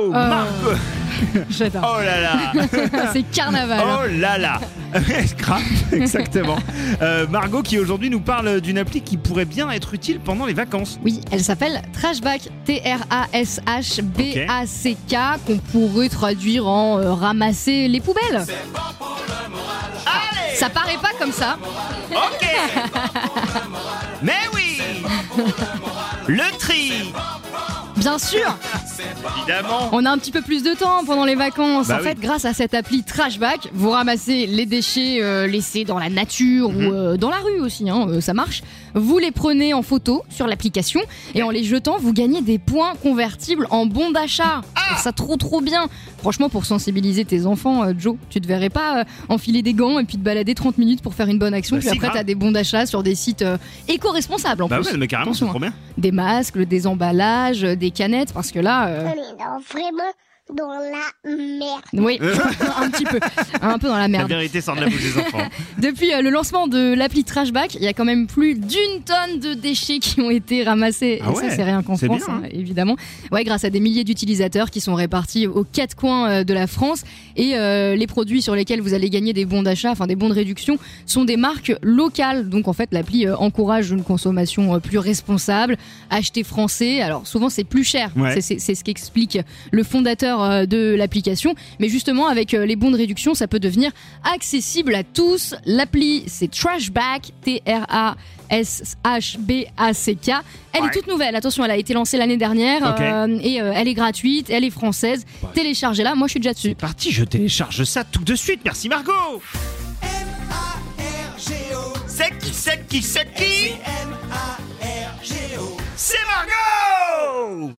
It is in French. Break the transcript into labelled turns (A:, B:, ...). A: Oh.
B: Marco
A: J'adore.
B: Oh là là
A: C'est carnaval.
B: Oh là là Grave, exactement. Euh, Margot qui aujourd'hui nous parle d'une appli qui pourrait bien être utile pendant les vacances.
A: Oui, elle s'appelle Trashback, T-R-A-S-H-B-A-C-K, qu'on pourrait traduire en euh, ramasser les poubelles. Ça paraît pas comme ça.
B: Ok Mais oui Le tri
A: Bien sûr,
B: Évidemment
A: on a un petit peu plus de temps pendant les vacances.
B: Bah
A: en
B: oui.
A: fait, grâce à cette appli Trashback, vous ramassez les déchets euh, laissés dans la nature
B: Mhm.
A: ou euh, dans la rue aussi, hein, euh, ça marche. Vous les prenez en photo sur l'application et en les jetant, vous gagnez des points convertibles en bons d'achat.
B: Ah
A: Je trouve Ça trop trop bien. Franchement, pour sensibiliser tes enfants, euh, Joe, tu te verrais pas euh, enfiler des gants et puis te balader 30 minutes pour faire une bonne action.
B: Bah
A: puis
B: si,
A: après,
B: grave.
A: t'as des bons d'achat sur des sites euh, éco-responsables en
B: Bah
A: plus.
B: ouais, mais carrément, c'est
A: Attention, hein.
B: trop bien.
A: des masques, des emballages, euh, des canettes, parce que là, euh,
C: On est dans- vraiment dans la merde.
A: oui, un petit peu, un peu dans la
B: La
A: merde.
B: vérité sort de la bouche des enfants.
A: Depuis euh, le lancement de l'appli Trashback, il y a quand même plus d'une tonne de déchets qui ont été ramassés.
B: Ah
A: et
B: ouais,
A: ça, c'est rien qu'en
B: c'est
A: France,
B: bien, hein.
A: hein, évidemment. Ouais, grâce à des milliers d'utilisateurs qui sont répartis aux quatre coins euh, de la France. Et euh, les produits sur lesquels vous allez gagner des bons d'achat, enfin des bons de réduction, sont des marques locales. Donc en fait, l'appli euh, encourage une consommation euh, plus responsable, acheter français. Alors souvent, c'est plus cher.
B: Ouais.
A: C'est- C'est c'est ce qu'explique le fondateur euh, de l'application. Mais justement, avec euh, les bons de réduction, ça peut devenir accessible à tous. L'appli, c'est Trashback, T-R-A-S-H-B-A-C-K. Elle
B: Ouais.
A: est toute nouvelle, attention, elle a été lancée l'année dernière
B: Ok.
A: euh, et euh, elle est gratuite, elle est française. Téléchargez-la, moi je suis déjà dessus.
B: C'est parti, je télécharge ça tout de suite. Merci Margot C'est qui, c'est qui, c'est qui
D: M-A-R-G-O